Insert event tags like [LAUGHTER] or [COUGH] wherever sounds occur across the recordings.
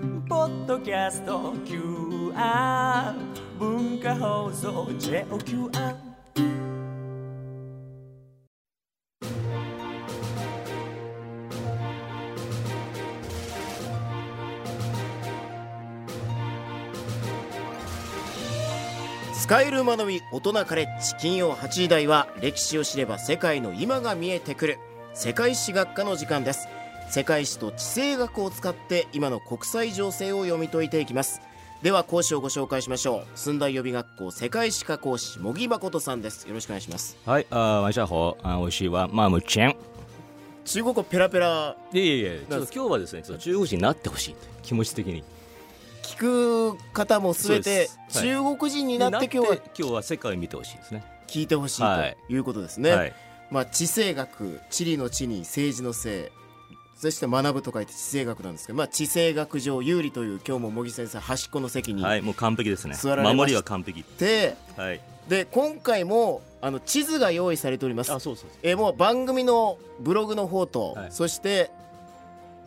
ッドキャスト QR 文化放送 JOQR 使える学び大人カレッジ金曜8時台は歴史を知れば世界の今が見えてくる世界史学科の時間です世界史と地政学を使って今の国際情勢を読み解いていきますでは講師をご紹介しましょう寸大予備学校世界史科講師茂木誠さんですよろしくお願いします嗨，呃，晚上好，啊、我是ワンマムチェン。中国語ペラペラいえいえいえ、ちょっと今日はですね、ちょっと中国人になってほしいという気持ち的に。聞く方も全てそうです中国人になって今日は今日は世界を見てほしいですね。聞いてほしはいいということですね、はい。まあ、地政学地理の地に政治の政そして学ぶと書いて地政学なんですけど、まあ、地政学上有利という今日も茂木先生端っこの席にはいい、もう完璧ですね。座られました守りは完璧。て、はい。で今回もあの地図が用意されておりますあ、そうそうそう。えーもう番組のブログの方と、はいそして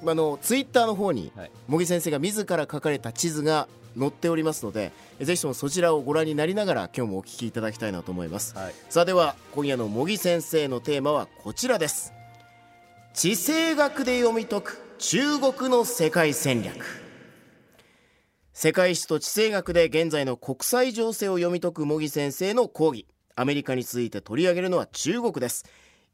あのツイッターの方にはい茂木先生が自ら書かれた地図が載っておりますのでえーぜひともそちらをご覧になりながら今日もお聞きいただきたいなと思いますはい。さあでは今夜の茂木先生のテーマはこちらです地政学で読み解く中国の世界戦略世界史と地政学で現在の国際情勢を読み解く茂木先生の講義アメリカに続いて取り上げるのは中国です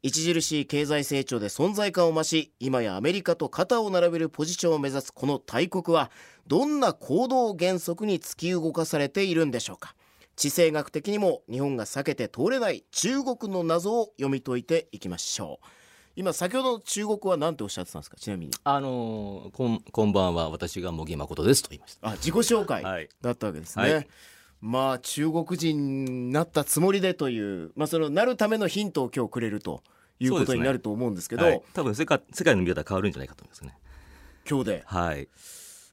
著しい経済成長で存在感を増し今やアメリカと肩を並べるポジションを目指すこの大国はどんな行動原則に突き動かされているんでしょうか地政学的にも日本が避けて通れない中国の謎を読み解いていきましょう今先ほどの中国は何ておっしゃってたんですかちなみにあのー、こん、こんばんは、私が茂木誠ですと言いました。あ自己紹介はいだったわけですね、はいまあ中国人になったつもりでという、まあ、そのなるためのヒントを今日くれるというこそうでとすにねなると思うんですけどはい、多分世界、世界の見方変わるんじゃないかと思いますね。今日ではい。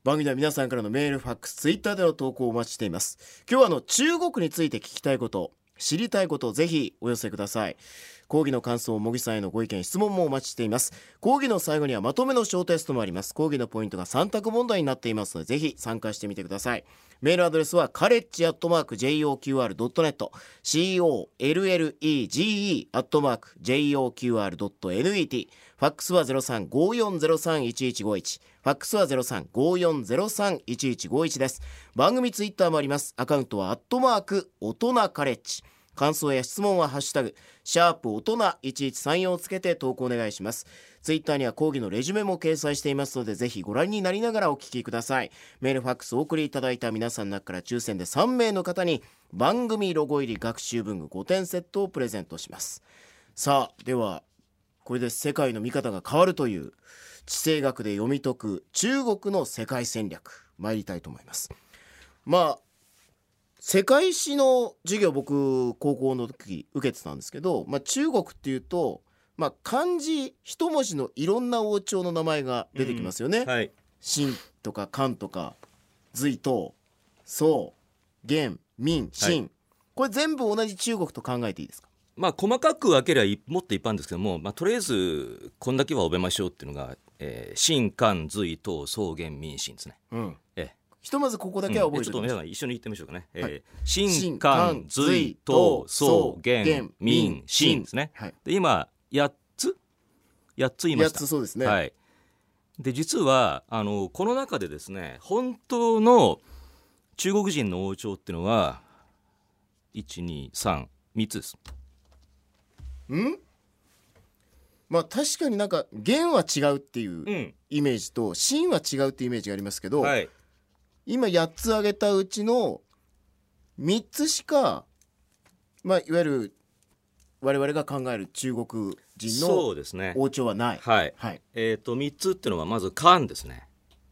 番組では皆さんからのメールファックスツイッターでの投稿をお待ちしています今日はあの中国について聞きたいこと知りたいことをぜひお寄せください講義の感想茂木さんへのご意見質問もお待ちしています講義の最後にはまとめの小テストもあります講義のポイントが3択問題になっていますのでぜひ参加してみてくださいメールアドレスはカレッジアットマーク JOQR.net COLLEGE アットマーク JOQR.net ファックスは0354031151ファックスは0354031151です番組ツイッターもありますアカウントはアットマーク大人カレッジ感想や質問はハッシュタグシャープ大人1134をつけて投稿お願いしますツイッターには講義のレジュメも掲載していますのでぜひご覧になりながらお聞きくださいメールファックスお送りいただいた皆さんの中から抽選で3名の方に番組ロゴ入り学習文具5点セットをプレゼントしますさあではこれで世界の見方が変わるという地政学で読み解く中国の世界戦略参りたいと思いますまあ世界史の授業僕高校の時受けてたんですけど、まあ、中国っていうと、まあ、漢字一文字のいろんな王朝の名前が出てきますよね。はい。秦とか漢とか隋と宋元明秦、はこれ全部同じ中国と考えていいですかまあ、細かく分けりゃいもっと一般ですけども、まあ、とりあえず、こんだけは覚えましょうっていうのが、えー、新漢、隋、唐、草原、民進ですね。うんええ。ひとまずここだけは覚えちてょおっときましょう皆さん一緒に言ってみましょうかね。えはー新漢漢、隋、唐、宋宋、元元、明民、秦秦ですね。はいで、今、8つ ?8 つ言いま8した。つそうですね、はい。で、実は、あの、この中でですね、本当の中国人の王朝っていうのは、1、2、3、3つです。まあ確かになんか元は違うっていううん。イメージと秦は違うっていうイメージがありますけど、はい。今8つ挙げたうちの3つしか、まあ、いわゆる我々が考える中国人そうのですね。王朝はない。はい。はい。えっ、と、3つっていうのは、まず漢ですね。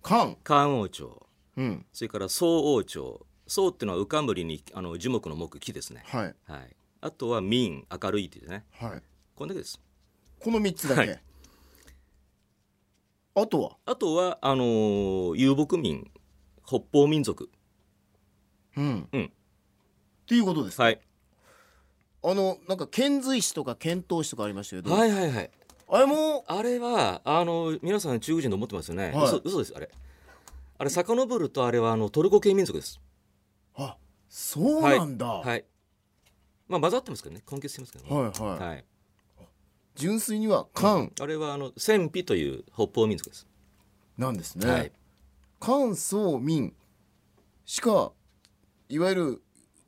漢。漢王朝。うん。それから宋王朝宋っていうのは浮かぶりにあの樹木の木木ですね、はい。はい、あとは民明るいっていうねはい。こんだけですこの3つだけ。はいあとはあとはあのー遊牧民北方民族うん。うんっていうことです。はいあの、なんか遣隋使とか遣唐使とかありましたけど、はいはいはいあれもあれはあのー皆さん中国人と思ってますよね、はい嘘嘘ですあれあれ遡るとあれはあのトルコ系民族ですあそうなんだ、はいはいまあ混ざってますけどね混血してますけどねはいはい純粋には漢あれはあの鮮卑という北方民族です、なんですね、はい漢宋民しかいわゆる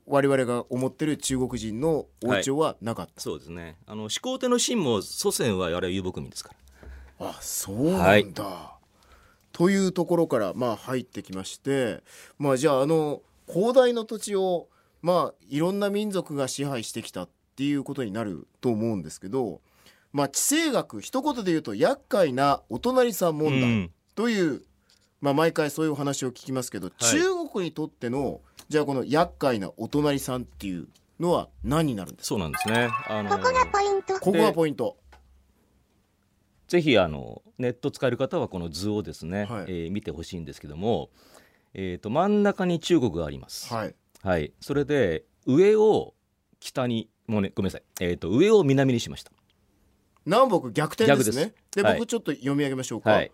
我々が思ってる中国人の王朝はなかっそうですねあの始皇帝の秦も祖先はあれは遊牧民ですからた、あそうなんだ、というところからまあ入ってきましてまあじゃああの広大な土地をまあいろんな民族が支配してきたっていうことになると思うんですけどまあ地政学一言で言うと厄介なお隣さん問題、うんという、まあ、毎回そういうお話を聞きますけど、中国にとってのじゃあこの厄介なお隣さんっていうのは何になるんですそうなんですねあのここがポイントかここがポイントぜひあのネット使える方はこの図をですね、はいえー見てほしいんですけども、えー、と真ん中に中国があります、はいはい、それで上を北にもうねごめんなさい、えー、と上を南にしました南北逆転ですね逆ではい僕ちょっと読み上げましょうか、はい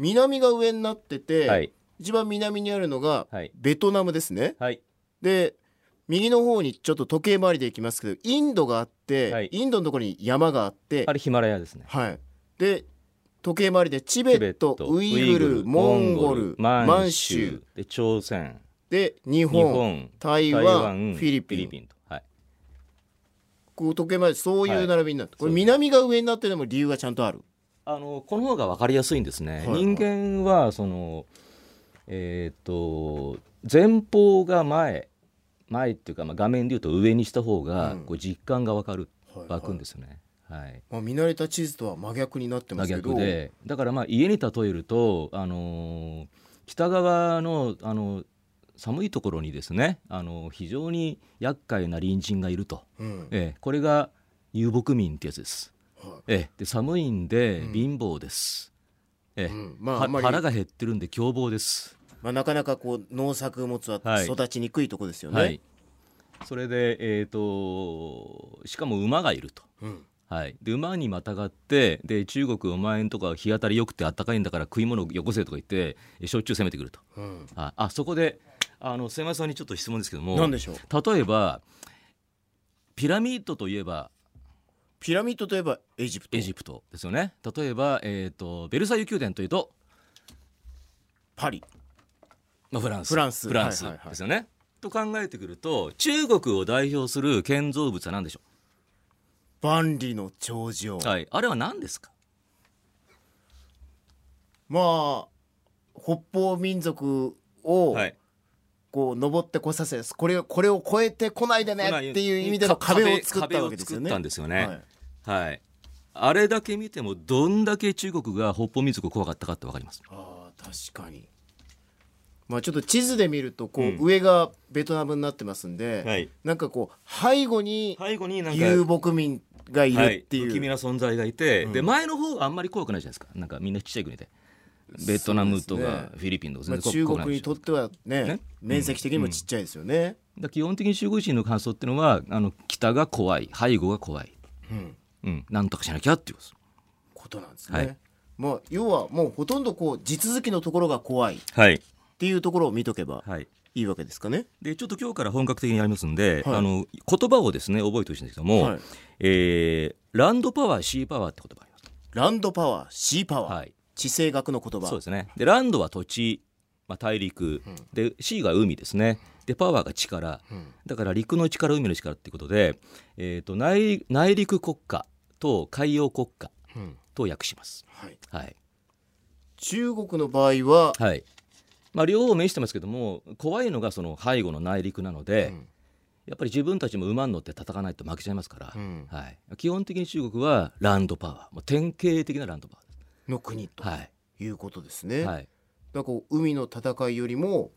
南が上になってて、はい一番南にあるのがはいベトナムですねはいで右の方にちょっと時計回りでいきますけどインドがあって、はいインドのところに山があってあれヒマラヤですねはい、で時計回りでチベットウイグルモンゴル満満州州で朝鮮で日日本本台湾台湾フィリピンと、はい、こう時計回りそういう並びになって、これそうです南が上になってるのも理由がちゃんとあるあのこの方が分かりやすいんですね、はい人間はそのえっ、と前方が前前っていうか、まあ、画面でいうと上にした方が、うんこう実感が分かるはいはい湧くんですよね、はいまあ、見慣れた地図とは真逆になってま真すけど逆でだからまあ家に例えると、あのー北側の、あの寒いところにですね、あの非常に厄介な隣人がいると、うんええこれが遊牧民ってやつです、はええで寒いんでうん貧乏です、えうえんまあ、はあんまり、腹が減ってるんで凶暴です、まあ、なかなかこう農作物ははい育ちにくいとこですよね、はい、それで、えー、としかも馬がいると、うんはい、で馬にまたがってで中国お前んとこは日当たり良くて暖かいんだから食い物よこせとか言ってえしょっちゅう攻めてくるとうん、ああそこであの瀬山さんにちょっと質問ですけどもなんでしょう例えばピラミッドといえばピラミッドといえばエジプトエジプトですよね例えば、えー、とベルサイユ宮殿というと、パリまあ、フランスフランスフランスはいはいはいですよね。と考えてくると中国を代表する建造物は何でしょ万里の長城、う、はい、あれは何ですかまあ北方民族を、はい、こう登ってこさせこれをこれを超えてこないでねっていう意味でのか壁を作ったわけですよね。壁を作ったんですよねはいはい、あれだけ見てもどんだけ中国が北方民族を怖かったかってわかりますあー確かに。まあちょっと地図で見るとこう、うん上がベトナムになってますんで、はいなんかこう背後に背後になんか遊牧民がいはるいっていう。不気味な存在がいて、うんで前の方があんまり怖くないじゃないですかなんかみんなちっちゃい国でベトナムとそうですかねフィリピンとかま全あ、然中怖く国ないにでしょとってはねね面積的にもちっちゃいですよね。だから基本的に中国人の感想っていうのはあの北が怖い背後が怖い、うんうん、なんとかしなきゃっていうことですことなんですね。はいまあ要はもうほとんどこう地続きのところが怖いっはい、ていうところを見とけばはい、いいわけですかね。でちょっと今日から本格的にやりますんで、はいあの言葉をですね覚えてほしいんですけども、はいえーランドパワーシーパワーって言葉がありますランドパワー、シーパワー、はい地政学の言葉。そうですねでランドは土地、まあ、大陸、でシーが海ですねでパワーが力、うんだから陸の力海の力っていうことで、えー、と内内陸国家と海洋国家うんと訳しますはい、はい、中国の場合は、はいまあ、両方面してますけども怖いのがその背後の内陸なので、うんやっぱり自分たちも馬に乗って叩かないと負けちゃいますから、うんはい、基本的に中国はランドパワーもう典型的なランドパワーですの国とはいいうことですね。はい、だからこう海の戦いよりも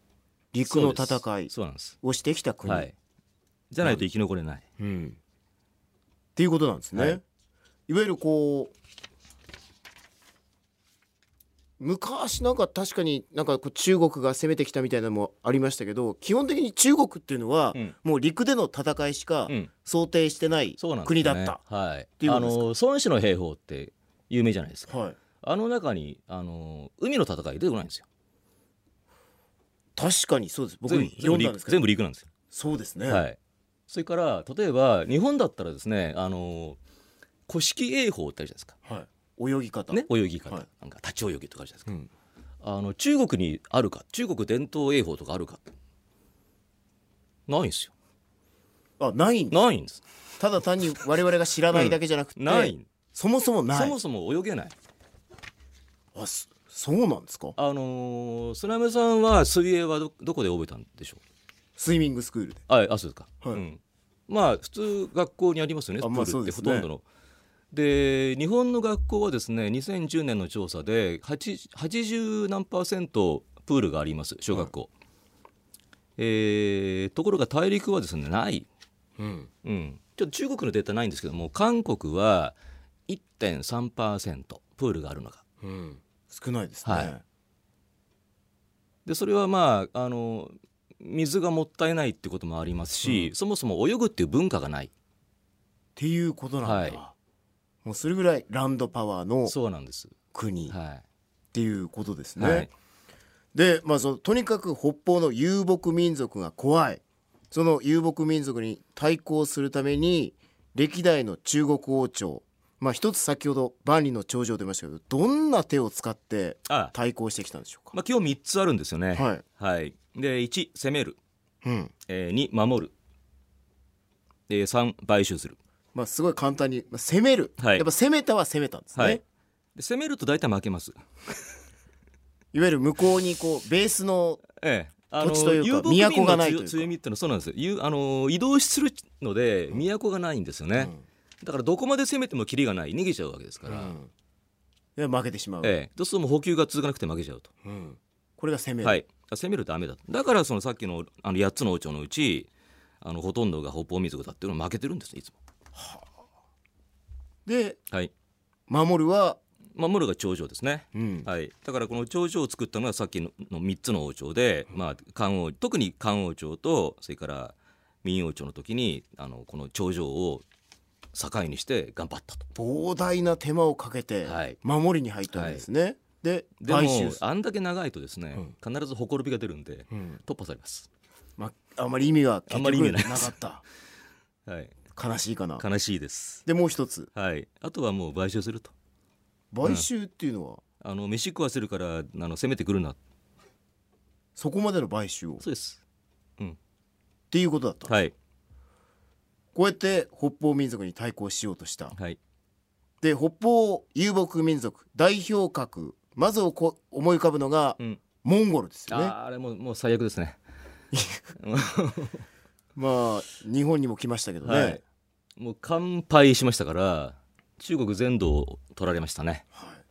陸の戦いそうなんですをしてきた国、はい、じゃないと生き残れない、うんっていうことなんですね。はいい、わゆるこう昔なんか確かになんかこう中国が攻めてきたみたいなのもありましたけど基本的に中国っていうのは、うんもう陸での戦いしかうん想定してないそうなんです国ねだった。はいていうこあとですかの孫子の兵法って有名じゃないですかはいあの中にあの海の戦い出てこないんですよ確かにそうです僕全部読んだん全部リーですクけ全ど部リークなんですよそうですね、はい、それから例えば日本だったらですねあの古式泳法ってあるじゃないですか、はい、泳ぎ方、ね、泳ぎ方、はいなんか立ち泳ぎとかあるじゃないですうか、んあの中国にあるか中国伝統泳法とかあるかないんですよあないんだないんですただ単 [LAUGHS] に我々が知らないだけじゃなくて、ない、そもそもないそもそも泳げないあそそうなんですかあのー、砂目さんは水泳はどどこで覚えたんでしょうスイミングスクールでああそうですか、はいうん、まあ普通学校にありますよねあプまあールってそほうですねとんどの。で日本の学校はですね2010年の調査で80 80何パーセントプールがあります小学校、えーところが大陸はですねない、うんうん、ちょっと中国のデータないんですけども韓国は1.3%プールがあるのがうん少ないですね、はいでそれはまああの水がもったいないってこともありますし、そもそも泳ぐっていう文化がないっていうことなんだ、はいもうそれぐらいランドパワーのそうなんです、国っはていうことですいね、はい、で、まあ、そのとにかく北方の遊牧民族が怖いその遊牧民族に対抗するために歴代の中国王朝まあ一つ先ほど万里の長城出ましたけどどんな手を使ってあ対抗してきたんでしょうか、まあ、今日3つあるんですよね。はい、はいで1攻める、うんえー、2守る、えー、3買収する、まあ、すごい簡単にまあ攻める、はいやっぱ攻めたは攻めたんですね、はいい、で攻めると大体負けます。わゆる向こうにこうベースのええあ土地というか遊牧都がないという民かの強強みってのはそうなんですよゆあの移動するので都がないんですよね、だからどこまで攻めてもキリがない逃げちゃうわけですから、いや負けてしまう、ええ、そうするともう補給が続かなくて負けちゃうと、うんこれが攻める、はい、あ攻めるとダメだとだからそのさっきのあの8つの王朝のうちあのほとんどが北方民族だっていうのは負けてるんですいつも。ではい、守るは、守るが長城ですね、うんはい、だからこの長城を作ったのがさっきの3つの王朝で、まあ、漢王特に漢王朝とそれから明王朝の時にあのこの長城を境にして頑張ったと。膨大な手間をかけてはい守りに入ったんですね、ででも買収すあんだけ長いとですね、必ずほころびが出るんで、突破されます、まあ、あまり意味が結あんまり意局味なないか [LAUGHS] ったはい、悲しいかな悲しいです、でもう一つはい、あとはもう買収すると買収っていうのは、あの飯食わせるからあの攻めてくるなそこまでの買収をっそうですていうことだった、はいこうやって北方民族に対抗しようとしたはいで北方遊牧民族代表格まずおこ思い浮かぶのが、うんモンゴルですあよねーあれもうもう最悪ですねまあ日本にも来ましたけどね、はい、もう完敗しましたから中国全土を取られましたね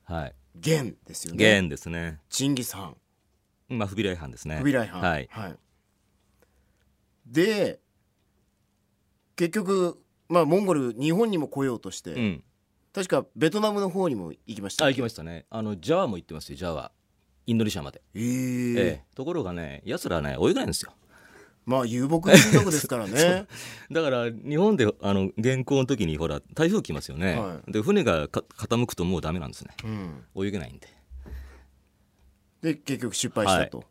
はい元ですよね元ですねチンギス・ハンまあ不備来犯ですねフビライハンはいで結局まあモンゴル日本にも来ようとして、うん確かベトナムの方にも行きましたあ行きまししたねあのジャワも行ってますよジャワインドネシアまで、たえーええところがね奴らね泳げないんですよまあ遊牧民族です [LAUGHS] からねだから日本であの現行の時にほら台風来ますよね、はで船がか傾くともうダメなんですねうん泳げないんでで結局失敗したと、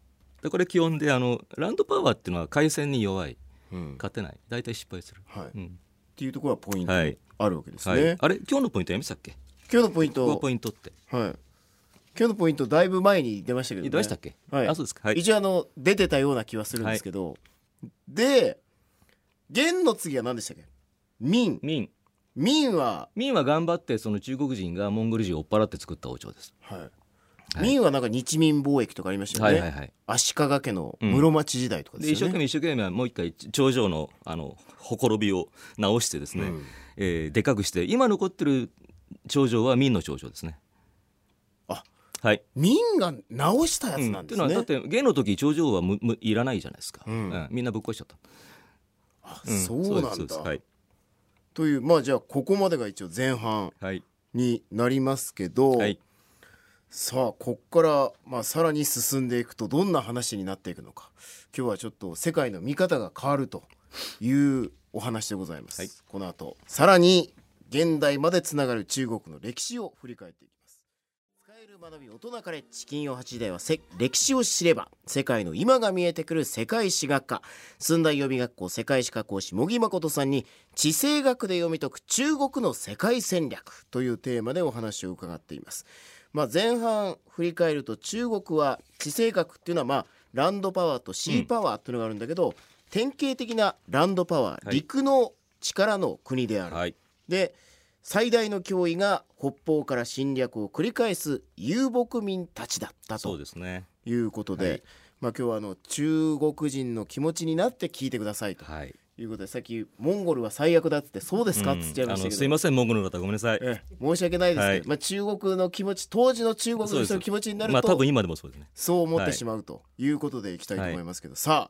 でこれ基本であのランドパワーっていうのは海戦に弱いうん勝てない大体失敗する、はいっうんていうところがポイントはにいあるわけですね、はい、あれ今日のポイントやめてたっけ今日のポインここがトポイントってはい今日のポイントだいぶ前に出ましたけど、ね、出ましたっけ、はいあそうですか、はい、一応あの出てたような気はするんですけど、で元の次は何でしたっけ民民民は、民は頑張ってその中国人がモンゴル人を追っ払って作った王朝です、い民はなんか日民貿易とかありましたよはね、いはいはい足利家の室町時代とかでで一す生よね、懸命一生懸命もう一回頂上のあのほころびを直してですね、えーでかくして今残ってる頂上は民の頂上ですねあはい民が直したやつなっんてでいうすね、のはだって芸の時頂上はむむいらないじゃないですか、んうんみんなぶっ壊しちゃった、あんそうなですんですだ、はい、というまあじゃあここまでが一応前半はいになりますけど、はいさあこっから、まあ、さらに進んでいくとどんな話になっていくのか今日はちょっと世界の見方が変わるというお話でございます、はいこの後さらに現代までつながる中国の歴史を振り返っていきます使ええる学び大人カレッジ金曜8時台はせ歴史を知れば世界の今が見えてくる世界史学科寸大予備学校世界史科講師茂木誠さんに地政学で読み解く中国の世界戦略というテーマでお話を伺っています、まあ、前半振り返ると中国は地政学っていうのはまあランドパワーとシーパワーっていうのがあるんだけど、典型的なランドパワー、はい陸の力の国である、はいで最大の脅威が北方から侵略を繰り返す遊牧民たちだったそうとですねいうことではいまあ、今日はあの中国人の気持ちになって聞いてくださいとはいいうことでさっきモンゴルは最悪だっつってそうですかっうんつっちゃいましたあのけすいど、ませんモンゴルの方ごめんなさいええ申し訳ないですけど、はいまあ、中国の気持ち当時の中国そうので人すの気持ちになるまあと多分今でもそうですねそう思っはていしまうということでいきたいと思いますけど、さあ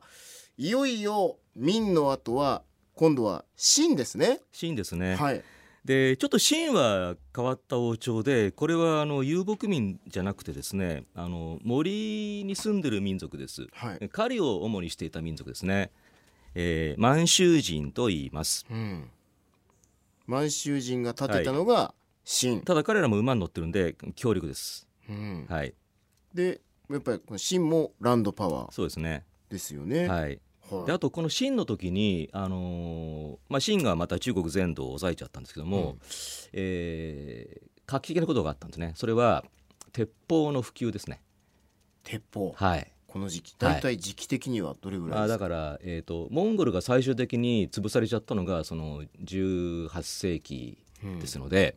いよいよ明の後は今度は清ですね。シーンですね、はいでちょっとシーンは変わった王朝でこれはあの遊牧民じゃなくてですねあの森に住んでる民族です、はい狩りを主にしていた民族ですね、えー満州人と言いますうん、満州人が建てたのが秦、ただ彼らも馬に乗ってるんで強力ですうんはいでやっぱりこの秦もランドパワーそうですねですよね。ははいいであとこの秦の時に、あのーまあ、秦がまた中国全土を抑えちゃったんですけども、えー画期的なことがあったんですねそれは鉄砲の普及ですね鉄砲はい、この時期はい大体時期的にはどれぐまらいあ、でだすか、から、えー、とモンゴルが最終的に潰されちゃったのがその18世紀ですので、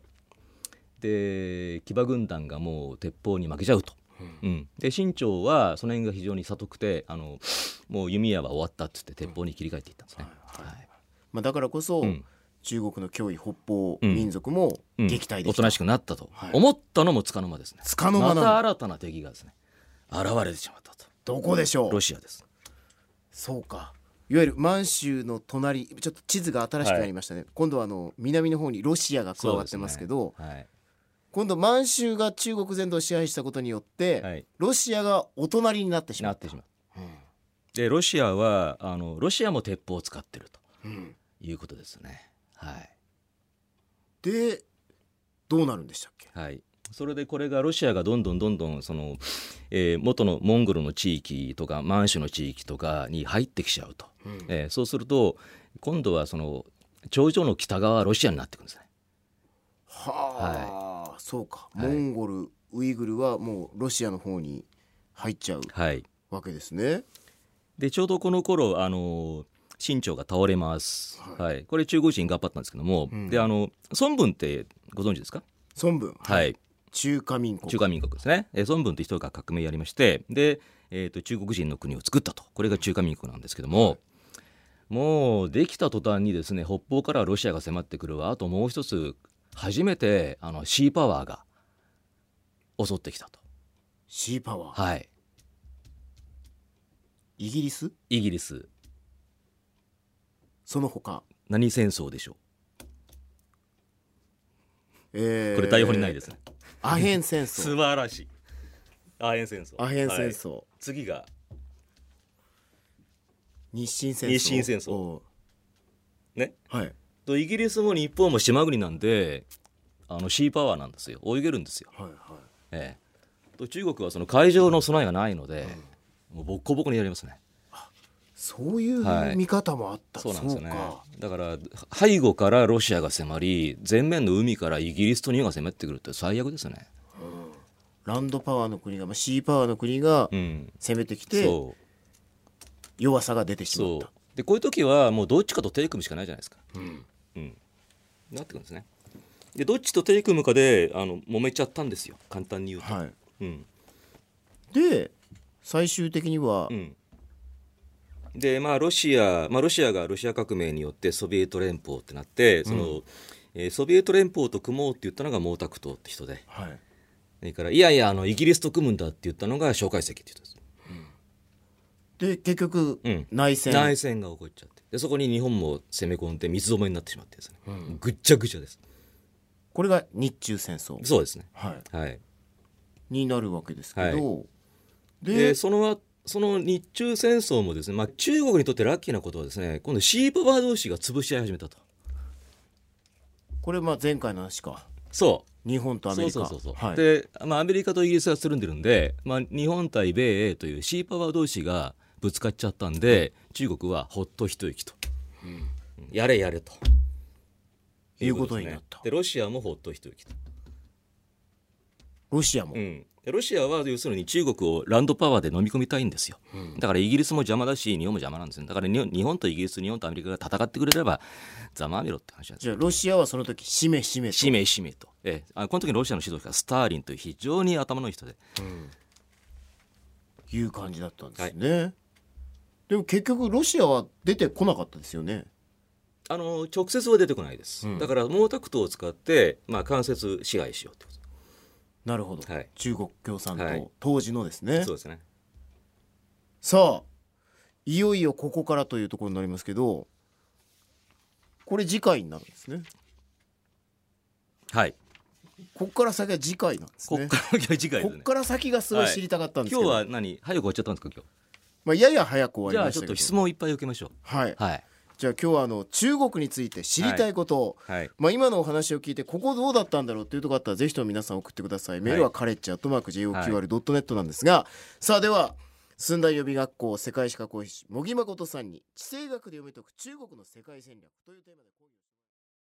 で騎馬軍団がもう鉄砲に負けちゃうと。うん、で清朝はその辺が非常に悟くてあのもう弓矢は終わったっつって鉄砲に切り替えていったんですね。はいまあ、だからこそ、ん中国の脅威北方民族もうん撃退でおきた、となしくなったと、はい思ったのもつかの間ですねつかの間なまんだた新たな敵がですね現れてしまったとどこでしょうロシアですそうかいわゆる満州の隣ちょっと地図が新しくなりましたね、今度はあの南の方にロシアが加わってますけどはい、今度満州が中国全土を支配したことによって、はいロシアがお隣になってしまなっってしまうた、でロシアはあのロシアも鉄砲を使ってるとうんうんいうことですねはい、でどうなるんでしたっけはい、それでこれがロシアがどんどんどんどんその、えー元のモンゴルの地域とか満州の地域とかに入ってきちゃうと、うんえーそうすると今度はその頂上の北側はロシアになってくるんですねはあ、そうか、はモいンゴルウイグルはもうロシアの方に入っちゃうはいわけですねでちょうどこの頃あの清朝が倒れます、はいこれ中国人頑張ったんですけども、んであの孫文ってご存知ですか、孫文、はい中華民国中華民国ですね、えー孫文という人が革命やりましてで、えー、と中国人の国を作ったとこれが中華民国なんですけども、もうできた途端にですね北方からロシアが迫ってくるわあともう一つ初めてあのシーパワーが襲ってきたとシーパワーはいイギリスイギリスその他何戦争でしょえうーこれ台本にないですね、アヘン戦素争 [LAUGHS] 晴らしいアヘン戦争アヘン戦はい争、次が日清戦争日清戦争おうねはいとイギリスも日本も島国なんであのシーパワーなんですよ泳げるんですよ、はいはいええ、と中国はその海上の備えがないので、もうボッコボコにやりますねそういうはい見方もあった、そうなんですよねかだから背後からロシアが迫り前面の海からイギリスと日本が迫ってくるって最悪ですねランドパワーの国が、まあ、シーパワーの国がうん攻めてきて、そう弱さが出てしまっそたうでこういう時はもうどっちかと手組むしかないじゃないですかうん、なってくるんですねでどっちと手組むかであの揉めちゃったんですよ簡単に言うと、はいうんで最終的には、うんでまあロシア、まあ、ロシアがロシア革命によってソビエト連邦ってなってその、えーソビエト連邦と組もうって言ったのが毛沢東って人ではいそれからいやいやあのイギリスと組むんだって言ったのが蒋介石って人ですで結局、うん内戦内戦が起こっちゃってでそこに日本も攻め込んで三つどもえになってしまってですね、ぐっちゃぐちゃですこれが日中戦争、そうですねはい、はいになるわけですけど、ででその後その日中戦争もですね、まあ、中国にとってラッキーなことはですね今度シーパワー同士が潰し合い始めたとこれまあ前回の話かそう日本とアメリカそうそうそうそう、はいで、まあ、アメリカとイギリスがつるんでるんで、まあ、日本対米英というシーパワー同士がぶつかっちゃったんで中国はほっと一息と、やれやれということになったでロシアもほっと一息と、ロシアも、うん、でロシアは要するに中国をランドパワーで飲み込みたいんですよ、だからイギリスも邪魔だし日本も邪魔なんですよだから日本日本とイギリス日本とアメリカが戦ってくれればざまあみろって話なんですじゃあロシアはその時しめしめと使命使命と、ええ、あこの時のロシアの指導者はスターリンという非常に頭のいい人でいう感じだったんですね、でも結局ロシアは出てこなかったですよねあの直接は出てこないです、だから毛沢東を使って、まあ、間接支配しようってこなるほど、はい中国共産党、はい当時のですねとそうですねさあいよいよここからというところになりますけどこれ次回になるんですねはいここから先は次回なんですこねっからが次回でこすっねから先がすごい知りたかったんです今け日ど、は何早く終わっちゃったんですか今まあ、やや早く日終じわりゃあまちしょったけとど質問をいっぱい受けましょはい、うはいじゃあ今日はあの中国について知りたいことを、はいまあ、今のお話を聞いてここどうだったんだろうっていうとこあったらぜひとも皆さん送ってくださいメールはカレッジアットマーク JOQR.net なんですが、さあでは駿台予備学校世界史科講師茂木誠さんに地政学で読み解く中国の世界戦略というテーマで講義を